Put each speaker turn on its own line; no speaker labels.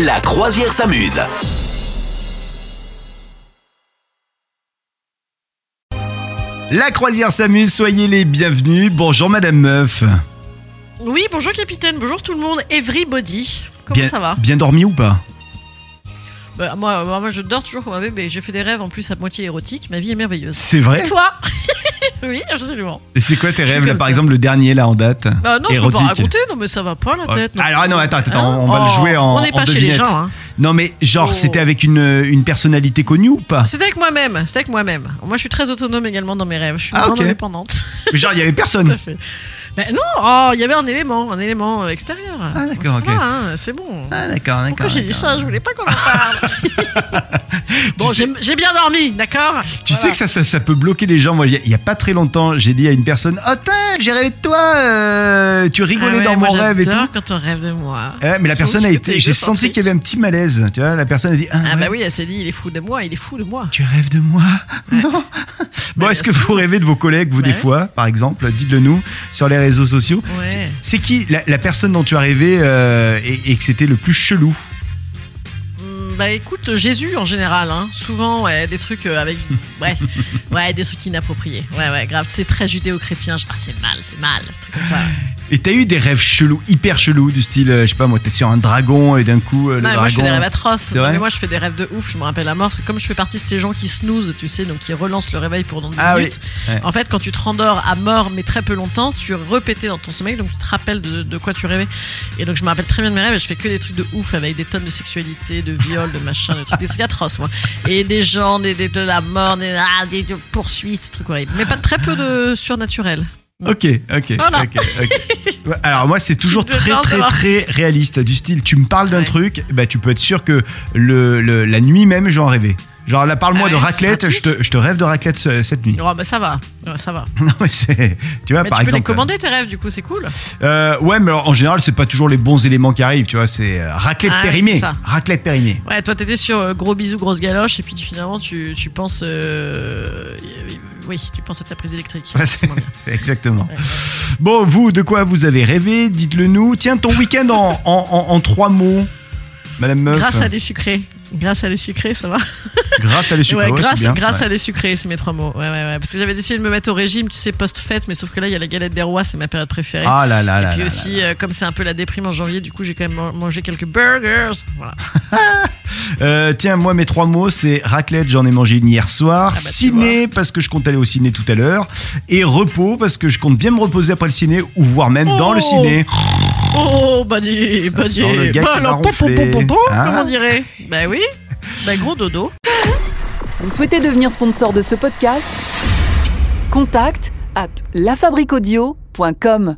La croisière s'amuse.
La croisière s'amuse, soyez les bienvenus. Bonjour Madame Meuf.
Oui, bonjour capitaine, bonjour tout le monde, everybody. Comment
bien,
ça va
Bien dormi ou pas
Bah, moi, moi, moi, je dors toujours comme un bébé. J'ai fait des rêves en plus à moitié érotiques. Ma vie est merveilleuse.
C'est vrai
Et toi Oui, absolument.
Et C'est quoi tes
suis
rêves là,
comme
par
ça.
exemple le dernier là en date
Ah non, je peux pas
Érotique.
raconter. Non, mais ça va pas la
Ouais.
tête.
Alors non, attends, attends,
Hein
on va le jouer en
On n'est
en
pas chez les
devinette.
gens. hein.
Non mais genre
Oh.
c'était avec une, euh, une personnalité connue ou pas
C'était avec moi-même. C'était avec moi-même. Moi, je suis très autonome également dans mes rêves. Je suis
Ah,
vraiment
ok.
indépendante.
Genre il y avait
Tout à
personne.
fait. Mais non, oh, il y avait un élément, un élément euh, extérieur.
Ah, d'accord,
Ça
ok.
va, hein, c'est bon.
Ah d'accord, d'accord.
Pourquoi j'ai dit
d'accord.
ça Je voulais pas qu'on en parle. bon,
Tu sais-
j'ai- j'ai bien dormi, d'accord
Tu sais que ça, ça, ça peut bloquer les gens. Moi, il y a- il y a pas très longtemps, j'ai dit à une personne Oh, tain, j'ai rêvé de toi, euh,
Ah
tu rigolais dans mon rêve et tout. Euh,
quand on rêve de moi.
Ouais, mais la
J'ai
personne
senti
a
que
été.
t'es
J'ai senti
égocentrique.
qu'il y avait un petit malaise. Tu vois, la personne a dit Ah,
Ah
ouais,
bah oui, elle s'est dit, il est fou de moi, il est fou de moi.
Tu rêves de moi Non Bon,
Bah,
est-ce que
bien
vous rêvez de vos collègues, vous, des
Ouais.
fois, par exemple Dites-le nous sur les réseaux sociaux.
Ouais.
C'est- C'est qui la, la personne dont tu as rêvé euh, et, et que c'était le plus chelou
Hum, Bah écoute, Jésus en général, hein. souvent ouais, des trucs euh, avec... Ouais, ouais, des trucs inappropriés. Ouais, ouais, grave, c'est très judéo-chrétien. genre, Ah, c'est mal, c'est mal, un truc comme ça.
Et t'as eu des rêves chelous, hyper chelous, du style, euh, je sais pas moi, t'es sur un dragon et d'un coup, euh, le
Non, mais
dragon.
moi je fais des rêves atroces.
C'est
Non,
vrai
mais moi je fais des rêves de ouf, je me rappelle la mort. Parce que comme je fais partie de ces gens qui snoozent, tu sais, donc qui relancent le réveil pour dans 10
Ah oui.
minutes.
Ouais.
En fait, quand tu te rendors à mort, mais très peu longtemps, tu es repété dans ton sommeil, donc tu te rappelles de, de quoi tu rêvais. Et donc je me rappelle très bien de mes rêves et je fais que des trucs de ouf avec des tonnes de sexualité, de viol, de machin, de trucs, des trucs atroces, moi. Et des gens, des, des- de la mort, des, ah, des, des poursuites, des trucs horribles. Mais pas très peu de surnaturel.
Ok, ok,
Voilà.
ok, ok. Ouais, Alors moi c'est toujours
Tu devais
très
bien
très
savoir.
très réaliste du style tu me parles d'un
Ouais.
truc, bah tu peux être sûr que le, le- la nuit même j'en rêvais. Genre là parle-moi
Ah
de
ouais, c'est
raclette, je
pratique.
te, je te rêve de raclette ce- cette nuit.
Oh, bah ça va, Ouais, ça va.
Non mais c'est tu vois Ah,
mais tu
par
peux les
exemple.
commander tes rêves, du coup, c'est cool.
euh, ouais mais alors, en général c'est pas toujours les bons éléments qui arrivent, tu vois c'est euh, raclette
Ah ouais,
périmée,
c'est ça.
raclette périmée.
Ouais, toi t'étais sur euh, gros bisous, grosse galoche, et puis finalement tu, tu penses. euh, oui, tu penses à ta prise électrique.
Ouais, c'est
Moins bien.
c'est exactement. Bon vous de quoi vous avez rêvé, dites-le nous. Tiens ton week-end en, en, en- en trois mots, Madame Meuf.
Grâce à des sucrés. Grâce à des sucrés, ça va
grâce à les sucres,
Ouais,
ouais, c'est
grâce,
bien,
grâce
ouais.
à des sucrés, c'est mes trois mots. Ouais, ouais, ouais. Parce que j'avais décidé de me mettre au régime, tu sais, post-fête, mais sauf que là, il y a la galette des rois, c'est ma période préférée.
Ah là là
et
là.
puis
là là.
aussi, euh, comme c'est un peu la déprime en janvier, du coup, j'ai quand même man- mangé quelques burgers. Voilà.
Euh, tiens, moi, mes trois mots, c'est raclette, j'en ai mangé une hier soir.
Ah bah, tu
ciné, parce que je compte aller au ciné tout à l'heure. Et repos, parce que je compte bien me reposer après le ciné, ou voire même dans le
Oh
ciné.
Oh, bah dis, bah
sent le
dis.
gars
Bah
qui
alors,
va
pom, pom, pom, pom, pom,
ronfler.
comment
Ah.
on dirait Bah oui, bah gros dodo.
Vous souhaitez devenir sponsor de ce podcast Contact à lafabriquaudio.com.